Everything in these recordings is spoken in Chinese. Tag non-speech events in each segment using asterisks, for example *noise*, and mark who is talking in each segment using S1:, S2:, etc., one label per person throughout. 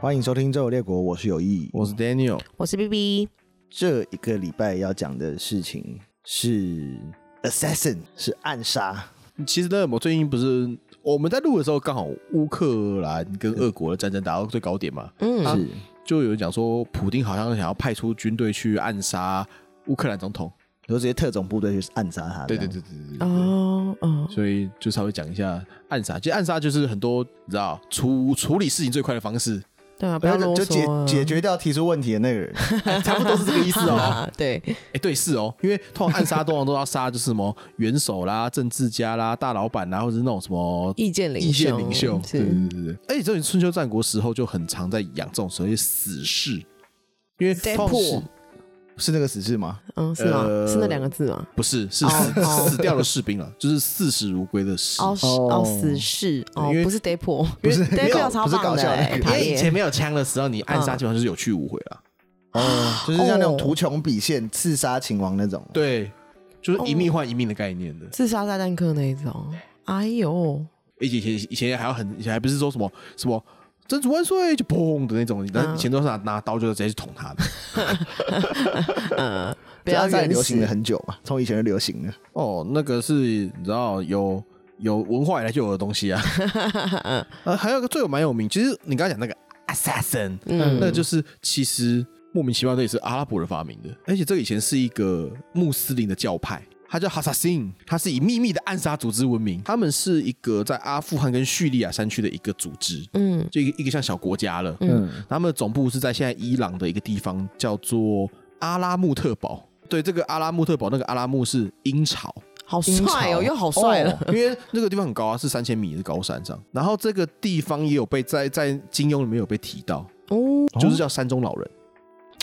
S1: 欢迎收听《周游列国》，我是有意。
S2: 我是 Daniel，
S3: 我是 B B，
S1: 这一个礼拜要讲的事情是 assassin，是暗杀。
S2: 其实呢，我最近不是我们在录的时候，刚好哦乌克兰跟俄国的战争达到最高点嘛，
S3: 嗯，
S2: 啊
S1: 是，
S2: 就有人讲说，普丁好像想要派出军队去暗杀乌克兰总统。
S1: 有这些特种部队去暗杀他。
S2: 对
S1: 这
S2: 对
S1: 样
S2: 对对对对对
S3: 哦哦，
S2: 所以就稍微讲一下暗杀。其实暗杀就是很多你知道处处理事情最快的方式， *laughs*
S3: 对啊，不要
S1: 就
S3: 啰
S1: 就解
S3: 嗦啊，
S1: 解决掉提出问题的那个人。 *laughs*
S2: 哎差不多是这个意思哦。
S3: 啊， *laughs* 对，
S2: 哎，对，是哦，因为通常暗杀通常都要杀就是什么元首啦、政治家啦、大老板啦，或者是那种什么
S3: 意见领袖，
S2: 意见领袖。对
S3: 是，
S2: 对对对。而哎且这种春秋战国时候就很常在养这种所谓死士，因为
S3: 谁
S2: 通常是
S3: 破
S1: 是那个死士吗？
S3: 嗯，是吗？
S2: 呃
S3: 是那两个字吗？
S2: 不是是
S3: 哦
S2: 死
S3: 哦
S2: 死掉的士兵了，就是视死如归的士。
S3: 哦是
S1: 哦
S3: 哦死士哦
S2: 因为，
S3: 不是 d e p o
S1: 不
S3: *laughs*
S1: 是
S3: d e
S1: 没
S3: p
S1: 有
S3: o 超
S1: 不是
S3: 棒
S1: 搞
S3: 的
S1: 笑那个
S3: 欸，
S2: 因
S3: 讨
S2: 为以前
S3: 厌，
S2: 没有枪的时候，你暗杀
S3: 嗯
S2: 基本上就是有去无回了。
S1: 哦，就是像那种
S3: 哦
S1: 图穷匕现、刺杀秦王那种。
S2: 对，就是一命
S3: 哦
S2: 换一命的概念的。
S3: 自杀炸弹客那一种，哎呦，
S2: 而且以前以前还要很，以前还不是说什么什么真主万岁就砰的那种，
S3: 嗯
S2: 但以前都是拿拿刀就直接去捅他的。
S3: 呃，不
S1: 这
S3: 要
S1: 暗杀也
S3: 战
S1: 流行了
S3: 死，
S1: 很久嘛，从以前就流行了。
S2: 哦，那个是你知道有有文化以来就有的东
S3: *laughs*
S2: 西啊。呃，还有一个最有蛮有名，其实你刚刚讲那个 assassin，、
S3: 嗯
S2: 那个就是其实莫名其妙这也是阿拉伯人发明的，而且这个以前是一个穆斯林的教派。它叫哈萨辛，它是以秘密的暗杀组织闻名。他们是一个在阿富汗跟叙利亚山区的一个组织，
S3: 嗯
S2: 就一个一个像小国家了。
S3: 嗯，
S2: 他们的总部是在现在伊朗的一个地方，叫做阿拉木特堡。对，这个阿拉木特堡，那个阿拉木是鹰巢，
S3: 好
S2: 鹰巢
S3: 帅哦，又好帅了，
S2: 哦因为那个地方很高啊，是三千米的高山上。然后这个地方也有被在在金庸里面有被提到，
S3: 哦
S2: 就是叫山中老人。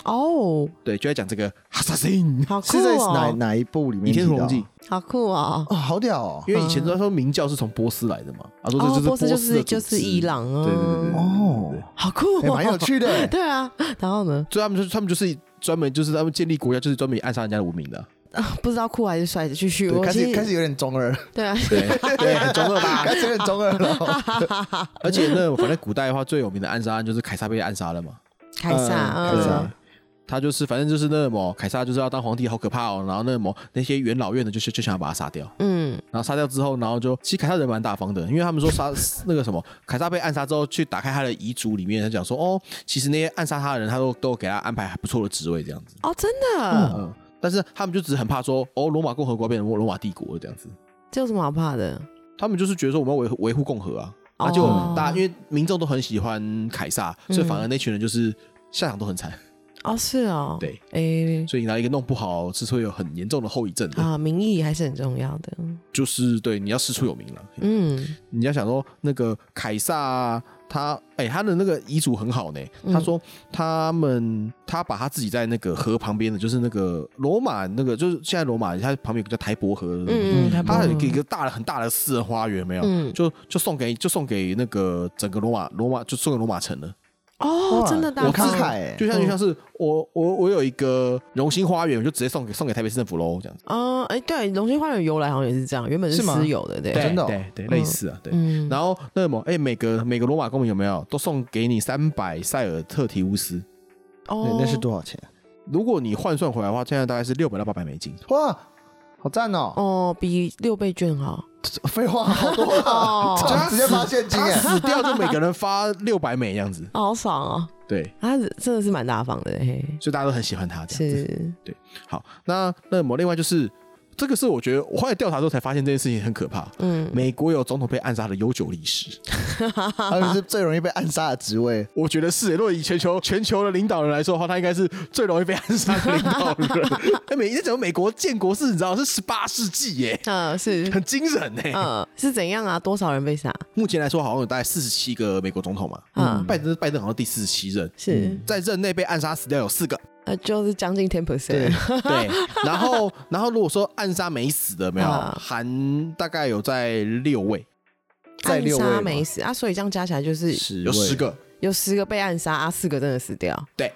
S3: 哦，
S2: 对，就在讲这个哈萨辛
S3: 好酷
S1: 是在哪
S3: 哦，
S1: 哪一部里
S2: 《倚
S1: 面提
S2: 天屠龙
S1: 到？
S2: 记》，
S3: 好酷哦，
S1: 哦，好屌哦！
S2: 因为以前都说明教是从波斯来的嘛，啊，说这
S3: 嗯哦，
S2: 就是
S3: 波斯就
S2: 斯的
S3: 是
S2: 组
S3: 就
S2: 织
S3: 是伊，朗
S2: 对对对对对
S3: 哦，
S2: 对对
S1: 哦
S3: 好酷
S1: 哎
S3: 哦，
S1: 蛮有趣的欸
S3: *laughs* 对啊，然后呢，
S2: 所以他们就是他们就是专门就是他们建立国家就是专门以暗杀人家的文明的啊。
S3: 不知道酷还是帅的，继续，
S1: 对
S3: 我
S1: 开
S3: 其
S1: 始
S3: 实
S1: 开始有点中二了，
S3: 对啊，
S2: 对对，很中
S3: *laughs*
S2: 二
S1: *laughs*
S2: 吧？
S1: 开始有点中二了。
S2: 而且呢，反正古代的话，最有名的暗杀案就是凯撒被暗杀了嘛。
S3: 凯撒，
S1: 嗯凯撒
S3: 嗯，
S2: 啊他就是反正就是那么凯撒就是要当皇帝，好可怕哦。然后那么那些元老院的就是就想要把他杀掉，
S3: 嗯，
S2: 然后杀掉之后，然后就其实凯撒人蛮大方的，因为他们说杀 *laughs* 那个什么凯撒被暗杀之后，去打开他的遗嘱里面，他讲说哦，其实那些暗杀他的人，他都都给他安排还不错的职位这样子。
S3: 哦，真的，
S2: 嗯，但是他们就只是很怕说哦，罗马共和国变成罗马帝国了这样子。
S3: 这有什么好怕的？
S2: 他们就是觉得说我们要维护维护共和啊，
S3: 哦
S2: 那就大家因为民众都很喜欢凯撒，所以反而那群人就是下场都很惨，
S3: 哦，是哦，
S2: 对，
S3: 哎，
S2: 所以拿一个弄不好是会有很严重的后遗症的，
S3: 啊，民意还是很重要的，
S2: 就是对你要师出有名了。
S3: 嗯，
S2: 你要想说那个凯撒他哎、他的那个遗嘱很好呢，
S3: 嗯
S2: 他说他们他把他自己在那个河旁边的，就是那个罗马那个就是现在罗马它旁边有个叫台伯河的东西，
S3: 嗯嗯台伯
S2: 他
S3: 河
S2: 有一个大的很大的私人花园有没有，
S3: 嗯
S2: 就就送给就送给那个整个罗马罗马就送给罗马城了。
S3: 哦，真的大
S1: 我
S3: 方
S1: 慷慨，欸，
S2: 就像
S3: 嗯
S2: 就像是我我我有一个荣兴花园，我就直接送给送给台北市政府喽，这样子。
S3: 啊，哎，对，龙兴花园由来好像也是这样，原本是
S1: 是吗
S3: 私有的，对，
S1: 真的哦
S2: 对对，
S3: 嗯
S2: 类似啊，对。
S3: 嗯，
S2: 然后那么，哎，每个每个罗马公民有没有都送给你三百塞尔特提乌斯？
S1: 对
S3: 哦，
S1: 那是多少钱？
S2: 如果你换算回来的话，现在大概是六百到八百美金。
S1: 哇，好赞哦！
S3: 哦，比六倍券好，
S1: 废话好多啊，
S3: 哦
S1: 这样直接发现金
S2: 他
S1: 哎，
S2: 死掉就每个人发六百美这样子，
S3: *laughs* 好爽哦，
S2: 对，
S3: 他真的是蛮大方的，嘿，
S2: 所以大家都很喜欢他这样子。
S3: 是，
S2: 好，那那么另外就是，这个是我觉得我后来调查之后才发现这件事情很可怕。
S3: 嗯，
S2: 美国有总统被暗杀的悠久历史。
S1: 他们是最容易被暗杀的职位。
S2: 我觉得是，如果以全球全球的领导人来说的话，他应该是最容易被暗杀的领导
S3: *laughs*
S2: 人。哎，美，你怎么美国建国是你知道是十八世纪耶，
S3: 呃，是，
S2: 很惊人呢。
S3: 呃，是怎样啊？多少人被杀？
S2: 目前来说，好像有大概四十七个美国总统嘛，
S3: 嗯
S2: 拜登拜登好像第四十七任，
S3: 是，
S1: 嗯
S2: 在任内被暗杀死掉有四
S3: *laughs*
S2: 个。
S3: 呃，就是将近 ten percent，
S2: 对，然后然后如果说暗杀没死的没有，
S3: 啊
S2: 含大概有在六位，
S1: 在
S3: 暗
S1: 六位
S3: 杀
S1: 嘛
S3: 没死啊，所以这样加起来就是
S1: 十
S2: 有十，个。
S3: 有十个被暗杀啊，四个真的死掉，
S2: 对，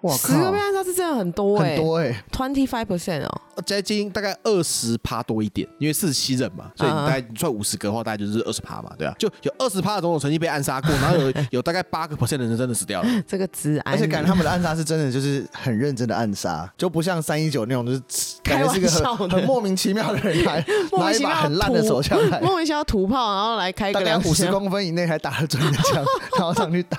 S1: 哇
S3: 十个
S1: 靠
S3: 被，暗杀是真的很多
S1: 很
S3: 哎、
S1: 多哎，
S3: t w e n t y five percent 哦，
S2: 接近大概二十趴多一点，因为四十七人嘛，
S3: 啊
S2: 所以你大概你算五十个的话，大概就是二十趴嘛，对啊，就有二十趴的总统曾经被暗杀过，然后有有大概八个 percent 的人真的死
S3: *laughs*
S2: 掉了。
S3: 这个治安，
S1: 而且感觉他们的暗杀是真的，就是很认真的暗杀，就不像三一九那种，就是
S3: *laughs* 开
S1: 感觉是一个
S3: 玩笑
S1: 很
S3: 的
S1: 很莫名其妙的人来
S3: *laughs* 莫
S1: 拿
S3: 名
S1: 一
S3: 其
S1: 把
S3: 妙
S1: 很烂的
S3: 吐 *laughs*
S1: 手枪来，
S3: 莫名其妙土炮，然后来开
S1: 大
S3: 个
S1: 概
S3: 两
S1: 五十，公分以内还打得准的枪，然后上去打。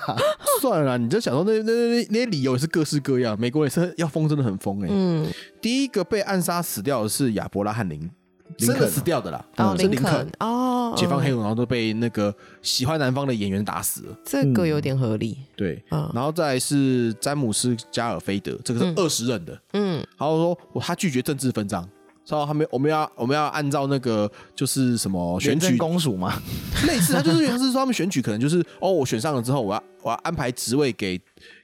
S2: 算了啦，你就想说那那那那些理由也是各式各样，美国也是要疯，真的很疯哎、
S3: 嗯，
S2: 第一个被暗杀死掉的是亚伯拉罕林，
S1: 林肯
S2: 真的死掉的啦，
S3: 哦，
S1: 嗯
S2: 是
S3: 林
S2: 林肯
S3: 肯，，哦，
S2: 解放
S3: 嗯
S2: 黑奴，然后都被那个喜欢南方的演员打死了。
S3: 这个有点合理，
S2: 对，
S3: 嗯
S2: 然后再来是詹姆斯·加尔菲德，这个是二十人的，
S3: 嗯，
S2: 然后说我他拒绝政治分赃。然后他们我们要我们要按照那个就是什么选
S1: 选
S2: 举
S1: 举
S2: *laughs*
S1: 公署嘛，
S2: 类似，他就是他是说他们选举可能就是哦我选上了之后我要我要安排职位给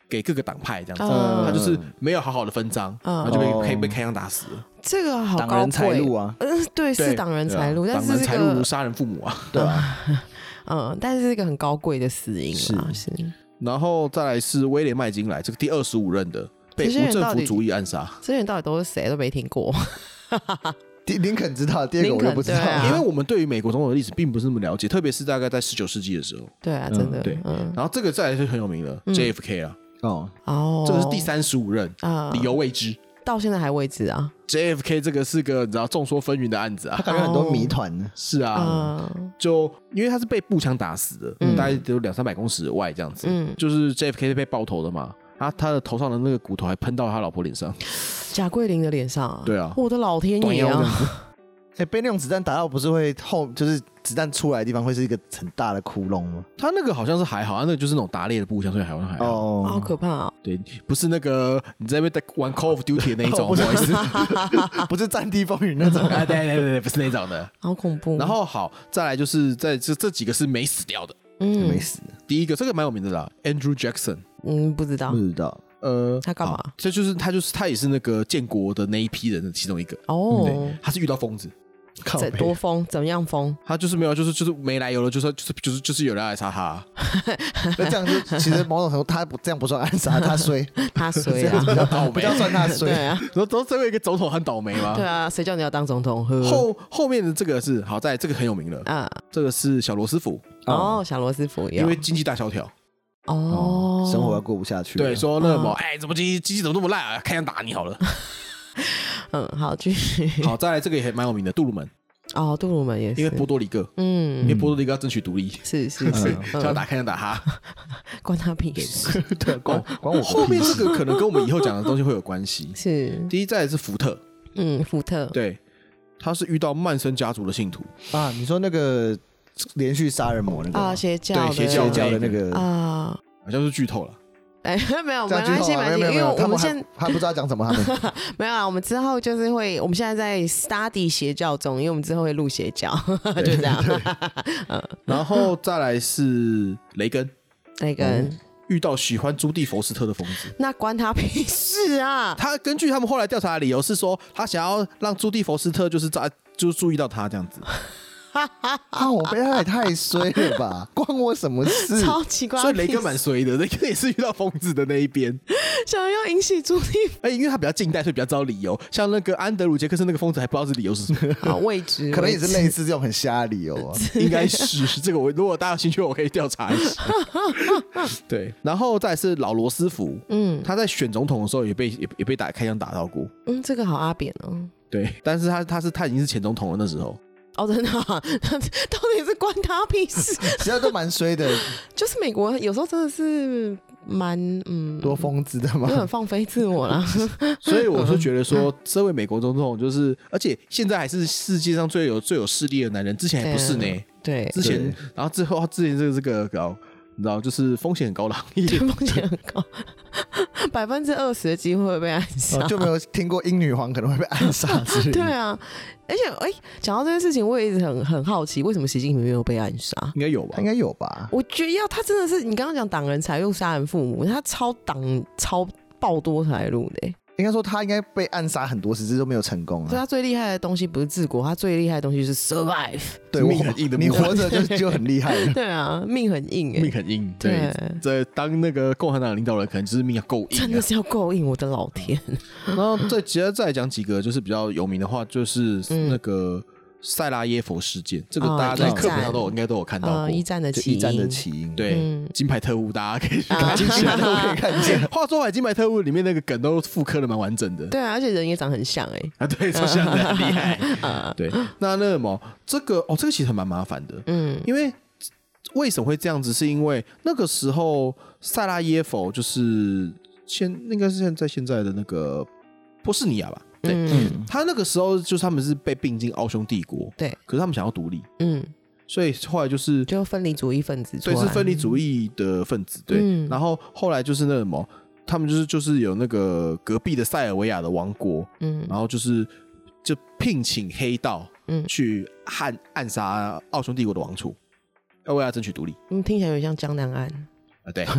S2: 给各个党派这样子，
S3: 嗯
S2: 他就是没有好好的分赃，
S3: 嗯
S2: 然后就被被
S1: 哦
S2: 被开枪打死了。
S3: 这个好
S1: 挡
S3: 高
S1: 人财路
S3: 贵。
S1: 啊，
S3: 嗯，对，是
S2: 对
S3: 挡人
S2: 对啊
S3: 财路，但
S2: 挡
S3: 是
S2: 人
S3: 这
S2: 财路
S3: 个
S2: 如杀人父母啊。
S1: 对吧？
S3: 嗯，但是一个很高贵的死因啦，是
S2: 然后再来是威廉麦金莱，这个第二十五任的被
S3: 这些人
S2: 无政
S3: 到
S2: 府
S3: 底
S2: 主义暗杀。
S3: 这些人到底都是谁都没听过，
S1: 第 *laughs* 林肯知道，第二个
S3: 林
S1: 我
S3: 肯
S1: 就不知道
S3: 对啊
S2: 因为我们对于美国总统的历史并不是那么了解，特别是大概在十九世纪的时候。
S3: 对啊，真的，
S2: 对
S3: 嗯，
S2: 然后这个再来是很有名的 JFK 啊，
S1: 哦，
S3: 哦，
S2: 这个是第三十五任，
S3: 啊
S2: 理，由未知。
S3: 到现在还未知啊，
S2: JFK 这个是个你知道众说纷纭的案子啊
S3: *laughs*
S1: 他，感觉很多谜团呢。
S2: 是啊，
S3: 嗯
S2: 就因为他是被步枪打死的，
S3: 嗯
S2: 大概只有两三百公尺外这样子，
S3: 嗯，
S2: 就是 JFK 是被爆头的嘛。啊，他的头上的那个骨头还喷到他老婆脸上，
S3: 贾桂林的脸上啊，
S2: 对啊
S3: 我的老天
S2: 短
S3: 爷
S2: 腰这样
S3: 啊，
S2: 子，
S1: 哎，被那种子弹打到，不是会后就是子弹出来的地方会是一个很大的窟窿吗？
S2: 他那个好像是还好，他那个就是那种打猎的步枪，所以好像还好。
S3: 好
S1: 哦，
S3: 可怕啊！
S2: 对，不是那个你在那边在玩 Call of Duty 的那一
S3: *laughs*
S2: 种，
S1: 哦
S2: 不
S1: 不是
S2: 好意
S1: *laughs*
S2: 思，
S1: 不是战地风云那种。
S2: *laughs* 啊，对对对对，不是那种的。
S3: 好恐怖。
S2: 然，后好，再来就是在这这几个是没死掉的。
S1: 没
S3: 嗯
S1: 死，
S2: 第一个这个蛮有名的啦，Andrew Jackson，
S3: 嗯，不知道
S1: 不知道。
S2: 呃，
S3: 他干嘛
S2: 好？这就是他就是他也是那个建国的那一批人的其中一个，嗯
S3: 哦
S2: 对，，他是遇到疯子，
S1: 靠
S3: 怎
S1: 北
S3: 多疯？怎么样
S2: *laughs*
S3: 疯？
S2: 他就是没有，就是就是没来由的，就是就是就是就是有人来杀
S3: *laughs*
S2: 他，
S1: 那这样就其实某种程度他不这样不算暗杀，他
S3: *laughs*
S1: 衰，
S3: 他
S1: 这 *laughs*
S3: 谁
S1: 样
S3: 啊
S1: 子？比较倒
S2: 倒
S1: 霉，
S2: 霉
S1: 不叫算他衰
S3: 对。啊，
S2: 然后然后这位一个总统很倒霉嘛。
S3: 对啊，谁叫你要当总统？呵，
S2: 后后面的这个是好，在这个很有名了，
S3: 啊，
S2: 这个是小罗斯福，
S3: 哦，小罗斯福也
S2: 啊因
S3: 有
S2: 为经济大萧条，
S3: 哦，
S1: 生活要过不下去了。
S2: 对，说那什么，
S3: 哦
S2: 哎，怎么经济经济怎么那么烂啊？开枪打你好
S3: *laughs*
S2: 了。
S3: 嗯，好，继续
S2: 好，再来这个也蛮有名的，杜鲁门，
S3: 哦，杜鲁门也是，
S2: 因为波多黎各，因
S3: 嗯
S2: 为，波多黎各要争取独立，
S3: 是是是，
S2: 就要
S3: 嗯
S2: 打开枪打他。
S3: 关他屁事，。
S1: 对，管管我
S2: 后面这个可能跟我们以后讲的东西会有关系
S3: *laughs* 是，
S2: 第一再来是福特，
S3: 嗯，福特，
S2: 对，他是遇到曼森家族的信徒，
S1: 啊！你说那个连续杀人魔那个
S3: 啊，
S1: 吗
S3: 邪教的，
S2: 对邪
S1: 邪教的
S2: 那
S1: 那个，
S3: 啊，
S2: 好像是剧透了。
S3: 哎， *laughs* 没有，
S1: 这
S3: 没
S1: 样剧
S3: 关
S1: 透
S3: 系，
S1: 啊没
S3: 没
S1: 有没有
S3: 关系，因
S1: 没
S3: 为
S1: 有，
S3: 我
S1: 他
S3: 们
S1: 们
S3: 现
S1: 还还不知道讲什么，他
S3: *laughs*
S1: 们
S3: 没有啊，我们之后就是会，我们现在在 study 邪教中，因为我们之后会录邪教， *laughs* 就这样。嗯
S2: 然后再来是雷根，嗯
S3: 那个，
S1: 嗯
S2: 遇到喜欢朱蒂·佛斯特的疯子。
S3: 那关他屁事啊！
S2: 他根据他们后来调查的理由是说，他想要让朱蒂·佛斯特就是在就注意到他这样
S3: *laughs*
S2: 子，
S1: 啊，我被他也太衰了吧，关我什么事？
S3: *laughs* 超奇怪，
S2: 所以雷根蛮衰的，雷根也是遇到疯子的那一边。
S3: 想要引起注意
S1: *laughs*
S2: 哎，因为他比较近代，所以比较知道理由。像那个安德鲁·杰克森那个疯子还不知道是理由是什么，
S3: 啊，位置
S1: 可能也是类似这种很瞎的理由
S3: *laughs*
S1: 啊。
S2: *laughs* 应该是这个我。如果大家有兴趣，我可以调查一下。对，然后再来是老罗斯福，
S3: 嗯
S2: 他在选总统的时候也被也也被打开枪打到过。
S3: 嗯，这个好阿扁哦。
S2: 对，但是他他是他已经是前总统了那时候，
S3: 哦，真的、啊， *laughs* 到底是关他屁事？ *laughs*
S1: 其他都蛮衰的，
S3: 就是美国有时候真的是蛮嗯，
S1: 多疯啊子的
S3: 就
S1: 嘛
S3: 很。放飞自我啦。 *laughs*
S2: 所以我是觉得说，这位美国总统就是，而且现在还是世界上最有最有势力的男人，之前还不是呢。
S3: 对，
S2: 之前
S1: 对，
S2: 然后之后之前这个这个搞，你知道，就是风险很高的行业
S3: 对，风险很
S1: *laughs*
S3: 高，百分之二十的机会被暗杀。
S1: 哦就没有听过英女皇可能会被暗杀之类 *laughs*
S3: 对
S1: 的。
S3: 啊，而且哎，讲、到这件事情，我也一直很很好奇，为什么习近平没有被暗杀？
S2: 应该有吧
S1: 他应？该有吧？
S3: 我觉得要他真的是你刚刚讲挡人财路、杀人父母，他超挡超爆多财路的欸、
S1: 应该说他应该被暗杀很多次，只是都没有成功
S3: 所以
S1: 啊。
S3: 他最厉害的东西不是治国，他最厉害的东西
S1: *laughs*
S3: 是 survive。
S1: 对，
S2: 命
S1: 我
S2: 很硬的
S1: 你
S2: 部分
S1: 活着就就很厉 *laughs* 害了。
S3: 对啊，命很硬哎、
S2: 命很硬，对
S3: 对，
S2: 在当那个共产党领导人，可能就是命要够硬
S3: 真
S2: 啊
S3: 的。是要够硬，我的老天！
S2: 然后再接着再讲几个就是比较有名的话，就是那个塞拉耶佛事件，这个
S3: 嗯哦
S2: 大家在
S1: 一
S2: 课本
S3: 战
S2: 上都有应该都有看到
S3: 呃，一
S2: 过。
S3: 战的
S1: 啊就
S3: 起
S1: 一
S3: 因，
S1: 战的起因，， *laughs*
S2: 对
S3: 嗯，
S2: 金牌特务大家可以去
S3: 啊
S2: 看。哎
S1: 金钱
S3: *laughs*
S1: 都可以看见。
S2: 话说回来，金牌特务里面那个梗都复刻的蛮完整的。
S3: 对啊，而且人也长很像啊哎、
S2: 啊，对，超像的，很厉害。对，那那什么，这个哦，这个其实还蛮麻烦的，
S3: 嗯，
S2: 因为为什么会这样子？是因为那个时候塞拉耶夫就是现应该是现在现在的那个波士尼亚吧？对，
S3: 嗯
S2: 他那个时候就是他们是被并进奥匈帝国，
S3: 对，
S2: 可是他们想要独立，
S3: 嗯，
S2: 所以后来就是
S3: 就分离主义分子出
S2: 所
S3: 来，
S2: 以是分离主义的分子，对。
S3: 嗯
S2: 然后后来就是那什么，他们就是就是有那个隔壁的塞尔维亚的王国，
S3: 嗯
S2: 然后就是就聘请黑道，
S3: 嗯
S2: 去暗暗杀奥匈帝国的王储，要为他争取独立。
S3: 嗯，听起来有点像江
S1: *gasps*
S3: 南岸，
S2: 啊，对，
S3: *laughs* 好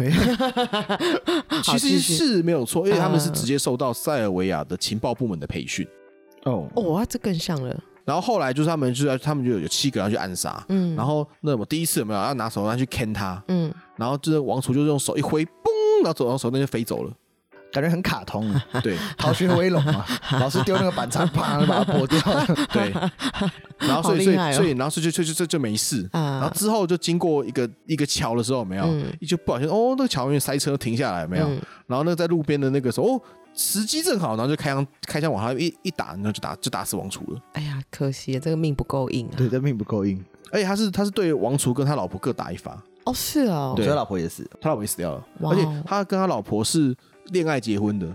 S2: 其
S3: 继
S2: 实
S3: 续
S2: 是没有错，因为他们是
S3: 嗯
S2: 直接受到塞尔维亚的情报部门的培训，
S1: *laughs* 哦，
S3: 哦，啊这更像了，
S2: 然后后来就是他们就是他们就有有七个人要去暗杀，
S3: 嗯，
S2: 然后那么第一次有没有要拿手榴弹去砍他，
S3: 嗯，
S2: 然后就是王储就是用手一挥，嘣，然后手然后手榴弹就飞
S3: *laughs*
S2: 走了，
S1: 感觉很卡通啊，
S2: 对
S1: 逃学威龙 *laughs* 嘛，老师丢那个板擦，啪把它拨掉。
S2: 对，然后所以所
S3: 好厉
S2: 以
S3: 害哦
S2: 所以然后所以就就就就就没事。
S3: 啊，
S2: 然后之后就经过一个一个桥的时候，有没有、
S3: 嗯
S2: 就不小心哦，那个桥因为塞车停下来，有没有、
S3: 嗯
S2: 然后那个在路边的那个时候，哦，时机正好，然后就开枪开枪往他一一打，然后就打就打死王储了。
S3: 哎呀，可惜了这个命不够硬啊，
S1: *laughs* 对，这命不够硬，
S2: 而且他是他是对王厨跟他老婆各打一发，
S3: 哦，是哦，
S1: 我
S2: 对
S1: 觉得老婆也是，
S2: 他老婆也死掉了，
S3: 哇哦
S2: 而且他跟他老婆是恋爱结婚的，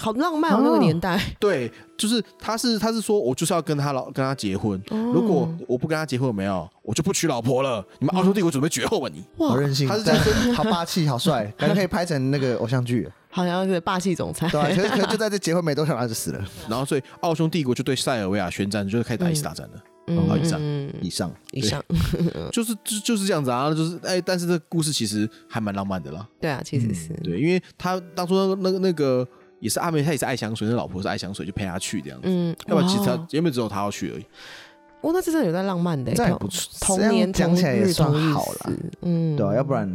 S3: 好浪漫哦，那个年代，
S2: 对，就是他是他是说我就是要跟他老跟他结婚，
S3: 哦
S1: 啊
S2: 如果我不跟他结婚有没有，我就不娶老婆了，你们奥匈帝国准备绝后吧你，
S3: 哇
S1: 好任性，
S2: 他是在
S1: 但好霸气，好 *laughs* 帅，感觉可以拍成那个偶像剧，
S3: 好像是霸气总裁，
S1: *laughs* 对吧？啊可是可是就在这结婚没多久，他就死了。
S3: 嗯
S2: 然后所以奥匈帝国就对塞尔维亚宣战，就是开始打一次大战了，
S3: *laughs* 嗯
S2: 好以上
S1: 以上，
S3: 以上，嗯
S2: 就是就就是这样子啊，就是哎，但是这个故事其实还蛮浪漫的啦，
S3: 对啊，其实是，
S1: 嗯
S2: 对，因为他当初那个那个也是阿妹，她也是爱香水，那老婆是爱香水，就陪她去这样子。
S3: 嗯，
S2: 要不然其实
S3: 哇
S2: 他原本只有他要去而已。
S3: 哦，那这真的有在浪漫的欸，
S1: 这样也不
S3: 同
S1: 错
S3: 童年
S1: 这样讲起来也
S3: 同日
S1: 算
S3: 同日
S1: 好啦
S3: 死嗯，
S1: 对吧？啊要不然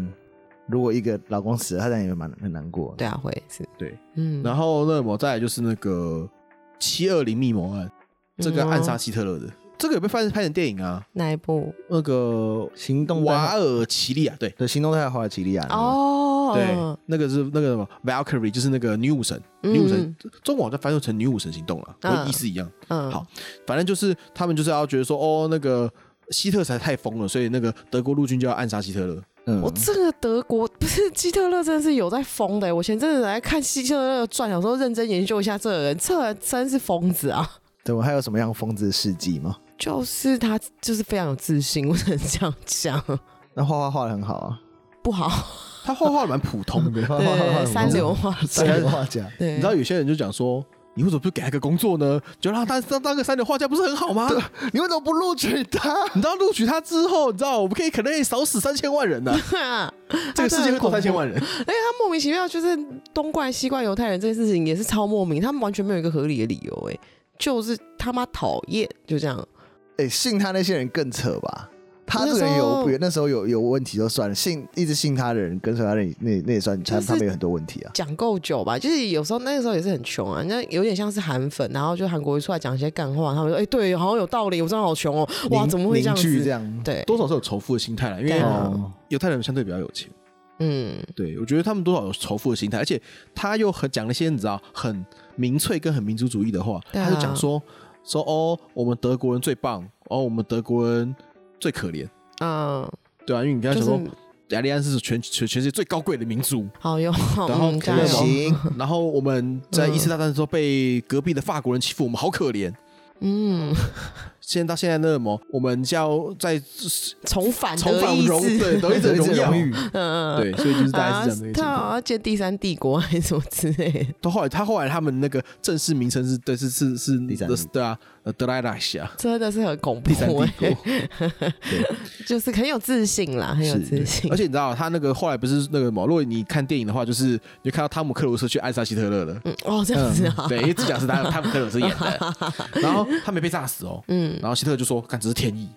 S1: 如果一个老公死了，他当然也蛮很难过。
S3: 对啊，会是，
S2: 对，
S3: 嗯，
S2: 然后那么再来就是那个七二零密谋案，这个暗杀
S3: 嗯哦
S2: 希特勒的，这个有被翻拍成电影啊？
S3: 那一部
S2: 那个
S1: 行动在
S2: 瓦尔奇利亚，对
S1: 对，行动在华尔吉利亚。
S3: 哦，
S2: 对，那个是那个什么 Valkyrie，就是那个女武神，女武神
S3: 嗯
S2: 中国好像翻译成女武神行动了，
S3: 嗯
S2: 跟意思一样。
S3: 嗯，
S2: 好反正就是他们就是要觉得说，哦，那个希特实在太疯了，所以那个德国陆军就要暗杀希特勒。
S1: 嗯
S3: 我这个德国不是希特勒，真的是有在疯的欸。我前阵子来看希特勒的传，想说认真研究一下这个人，这人真是疯子啊！
S1: 对我还有什么样疯子的事迹吗？
S3: 就是他，就是非常有自信，我只能这样讲。
S1: 那画画画的很好啊，
S3: 不好，
S2: 他画画得蛮普通的，
S1: 画画画得很
S3: *laughs* 对，
S1: 好
S3: 三流画
S1: 三
S3: 家，
S1: 流画家。
S3: 对， *laughs*
S2: 你知道有些人就讲说，你为什么不给他一个工作呢？就让他当当个三流画家不是很好
S3: *laughs*
S2: 吗？
S1: *laughs* 你为什么不录取他？
S2: 你知道录取他之后，你知道我们可以可能也少死三千万人呢、
S3: *laughs* 啊，
S2: 这个世界会多三千万人。
S3: 他莫名其妙就是东怪西怪犹太人这件事情也是超莫名，他们完全没有一个合理的理由、哎，就是他妈讨厌，就这样。
S1: 哎、信他那些人更扯吧？他这个
S3: 那
S1: 人
S3: 时
S1: 有
S3: 候
S1: 那时候有有问题就算了，信一直信他的人跟随他的人那那也算，他
S3: 就是
S1: 他们有很多问题啊。
S3: 讲够久吧，就是有时候那个时候也是很穷啊，那有点像是韩粉，然后就韩国瑜出来讲一些干话，他们说，哎、对，好像有道理，我真的好穷哦、哇，
S1: 凝
S3: 怎么会这样
S1: 凝聚
S3: 子？
S1: 这样？
S3: 对，
S2: 多少是有仇富的心态了，因
S3: 对
S2: 为
S3: 啊
S1: 哦，
S2: 犹太人相对比较有钱。
S3: 嗯，
S2: 对，我觉得他们多少有仇富的心态，而且他又很讲了一些你知道很民粹跟很民族主义的话，
S3: 对啊
S2: 他就讲说说哦，我们德国人最棒，哦，我们德国人最可怜，
S3: 嗯，
S2: 对啊，因为你刚才
S3: 就
S2: 想说
S3: 是
S2: 雅利安是全全全世界最高贵的民
S3: *laughs*
S2: 族，
S3: 好用，
S2: 然后
S3: 嗯，加
S2: 可
S1: 不
S2: 乐
S3: 油，
S1: 行，
S2: 然后我们在一次大战的时候被隔壁的法国人欺负，我们好可怜。
S3: 嗯，
S2: 现在到现在那么，我们叫在
S3: 重返
S2: 重
S3: 的
S2: 返
S3: 意
S2: 荣 *laughs*
S3: 思，
S2: 对，得一者荣耀，
S1: 誉，
S3: *laughs* 嗯嗯，嗯
S2: 对，所以就是大概
S3: 啊
S2: 是这样的一个情
S3: 他
S2: 况。
S3: 好像建第三帝国还是什么之类的，
S2: 到后来，他后来他们那个正式名称是对是是是
S1: 第三帝国
S2: 对啊，呃德莱拉
S1: *laughs*
S2: 西亚
S3: 真的是很恐怖
S2: 第三帝
S3: 欸、
S2: 国。
S3: 就是很有自信啦，很有
S1: 是
S3: 自信
S2: 而。且你知道，他那个后来不是那个什么？如果你看电影的话，就是你就看到汤姆克鲁斯去暗杀希特勒了。
S3: 嗯，哦，这样子啊，
S2: 对，因为主角是他汤姆克鲁斯演的，
S1: *laughs*
S2: 然后他没被炸死哦。
S3: 嗯，
S2: 然后希特勒就说：“看，只是天意。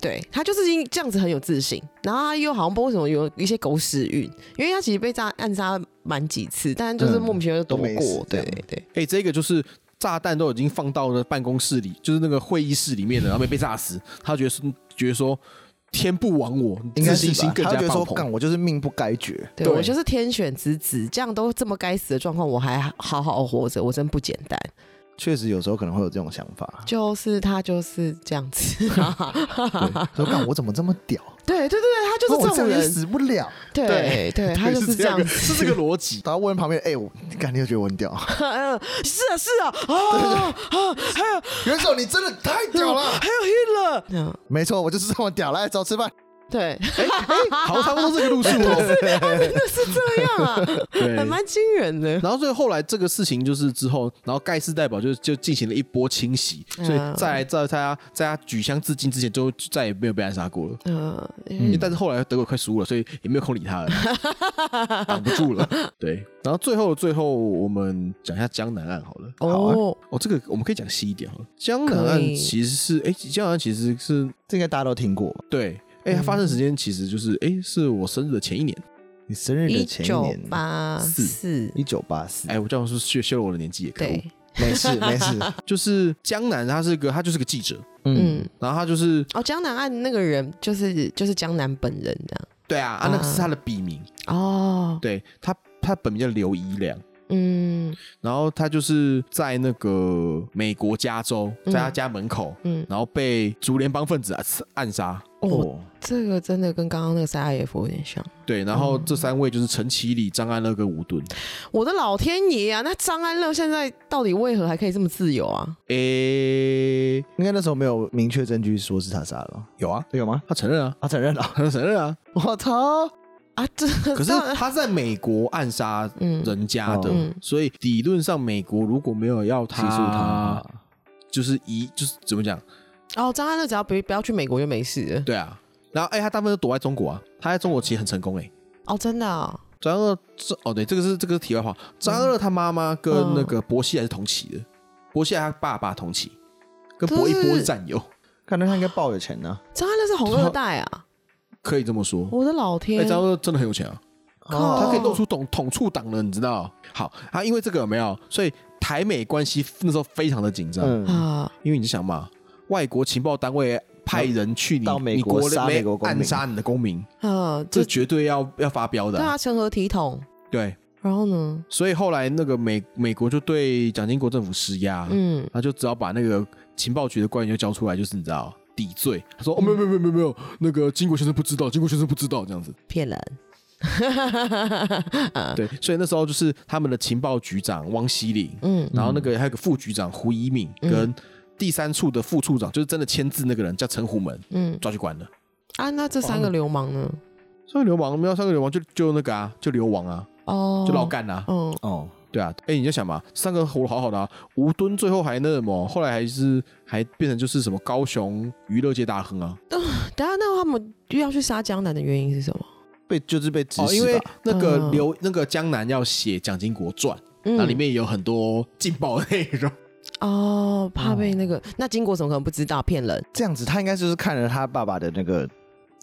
S3: 对他就是因这样子很有自信，然后他又好像不知道为什么有一些狗屎运，因为他其实被炸暗杀蛮几次，但就是
S2: 嗯
S3: 莫名其妙就躲
S1: 都没
S3: 过
S1: 死，这
S3: 对
S1: 样
S3: 对对，”
S2: 哎，这个就是炸弹都已经放到了办公室里，就是那个会议室里面了，然后没被炸死，他觉得是觉得说天不亡我，
S1: 应该
S2: 自
S1: 是
S2: 信心
S1: 吧？
S2: 更
S1: 他
S2: 加
S1: 会觉得
S2: 爆
S1: 说，
S2: 棚
S1: 干。我就是命不该绝，
S3: 对
S2: 对
S3: 我就是天选之子，这样都这么该死的状况，我还好好活着，我真不简单。
S1: 确实有时候可能会有这种想法，
S3: 就是他就是这样子，
S1: 对说干我怎么这么屌，
S3: 对对对对，他啊 *laughs* 就是
S1: 我
S3: 这
S1: 哦这
S3: 种
S1: 样也
S3: 人，
S1: 死不了。
S3: 对对，他就是这样
S2: 个
S3: 子，
S2: 是这个逻辑。
S1: 然后问旁边，哎，我干，你有觉得我很屌？ *laughs*
S3: 嗯是啊是啊，啊啊，还有
S1: 元首，你真的太屌了！ *laughs*
S3: 还有 Hitler，嗯，
S1: 没错，我就是这么屌，来走吃饭。
S3: 对，
S2: 哎
S3: 哎
S2: 好
S3: *laughs*
S2: 像差不多这个路数哦。
S3: 真的是这样啊，
S2: 对
S3: 还蛮惊人的。
S2: 然后所以后来这个事情就是之后，然后盖世代表就就进行了一波清洗，
S3: 嗯
S2: 所以在在在他在他举枪自尽之前，就再也没有被暗杀过了。
S3: 嗯，
S2: 因为但是后来德国快输了，所以也没有空理他了，挡不住了。对，然后最后最后我们讲一下江南案好了。
S3: 哦，
S2: 哦，这个我们可以讲细一点好了。江南案
S3: 可以
S2: 其实是，哎，江南案其实是
S1: 这应该大家都听过吧？
S2: 对，哎，它发生时间其实就是，哎，是我生日的前一年。
S1: 你生日的
S3: 一
S1: 前一
S3: 九
S1: 年，
S3: 八四，
S1: 一九八四，
S2: 哎，我这样是不是泄泄露我的年纪也可以。
S3: 对，
S1: 没
S3: *laughs*
S1: 事没事，
S2: 就是江南，他是个他就是个记者，
S1: 嗯，
S3: 嗯，
S2: 然后他就是
S3: 哦，江南岸那个人就是就是江南本人这样。
S2: 对啊，啊，那个是他的笔名，
S3: 哦，
S2: 对他，他本名叫刘怡良，
S3: 嗯
S2: 然后他就是在那个美国加州，在他家门口，
S3: 嗯，
S2: 然后被竹联帮分子暗杀，
S3: 哦，
S1: 哦，
S3: 这个真的跟刚刚那个沙耶夫有点像。
S2: 对，然后这三位就是陈其礼、张安乐跟吴敦，
S3: 我的老天爷啊！那张安乐现在到底为何还可以这么自由啊？
S2: 诶，
S1: 应该那时候没有明确证据说是他杀的吧，
S2: 有啊，
S1: 有吗？
S2: 他承认啊，
S1: 他承认 *laughs* 了，
S2: 他承认啊，
S1: 我操！
S3: 啊，这
S2: 可是
S3: 当然
S2: 他在美国暗杀
S3: 嗯
S2: 人家的，
S3: 嗯
S2: 所以理论上美国如果没有要
S1: 起诉他，
S2: 就是一就是怎么讲？
S3: 哦，张安乐只要不不要去美国就没事了。
S2: 对啊，然后哎、他大部分都躲在中国啊，他在中国其实很成功哎、
S3: 哦，真的啊、
S2: 张安乐这哦对，这个是这个是题外话。张安乐他妈妈跟那个薄熙来是同期的，薄熙来他爸爸同期，跟薄一波是战友，
S1: 看来他应该爆有钱呢，
S3: 张安乐是红二代啊！
S2: 可以这么说。
S3: 我的老
S2: 哎、
S3: 天，
S2: 张安乐真的很有钱啊，
S3: 靠
S2: 他可以弄出统统促党了，你知道？好，他因为这个有没有，所以台美关系那时候非常的紧张，
S1: 嗯，
S3: 啊，
S2: 因为你想嘛，外国情报单位派人去你
S1: 到美
S2: 你
S1: 国
S2: 国
S1: 杀
S2: 内
S1: 美国公民
S2: 暗杀你的公民，
S3: 呃，
S2: 这啊
S3: 这
S2: 绝对要要发飙的
S3: 对
S2: 啊、
S3: 啊，成何体统？
S2: 对，
S3: 然后呢？
S2: 所以后来那个美美国就对蒋经国政府施压，
S3: 嗯，
S2: 他就只好把那个情报局的官员就交出来，就是你知道抵罪。他说：“哦，没有没有没有没有没有，那个经国先生不知道，经国先生不知道这样子。
S3: 骗人。 *laughs* 啊”
S2: 对，所以那时候就是他们的情报局长汪希林，
S3: 嗯
S2: 然后那个还有个副局长胡一敏
S3: 嗯
S2: 跟第三处的副处长，就是真的签字那个人叫陈虎门，
S3: 嗯
S2: 抓去关了。
S3: 啊，那这三个流氓呢？
S2: 三个流氓没有三个流氓就就那个啊，就流亡啊，
S3: 哦，
S2: 就老干啊，
S3: 嗯，
S1: 哦，
S2: 对啊，哎，你就想嘛，三个活得好好的啊，吴敦最后还那什么，后来还是还变成就是什么高雄娱乐界大亨啊，
S3: 等一下，那他们又要去杀江南的原因是什么？
S1: 被就是被指
S2: 哦，因
S1: 使
S2: 为
S1: 吧，
S2: 那个
S3: 嗯
S2: 刘、那个江南要写《蒋经国传》，
S3: 嗯
S2: 那里面有很多劲爆的内容，
S3: 哦，怕被那个，那金国怎么可能不知道骗人？
S1: 这样子，他应该就是看了他爸爸的那个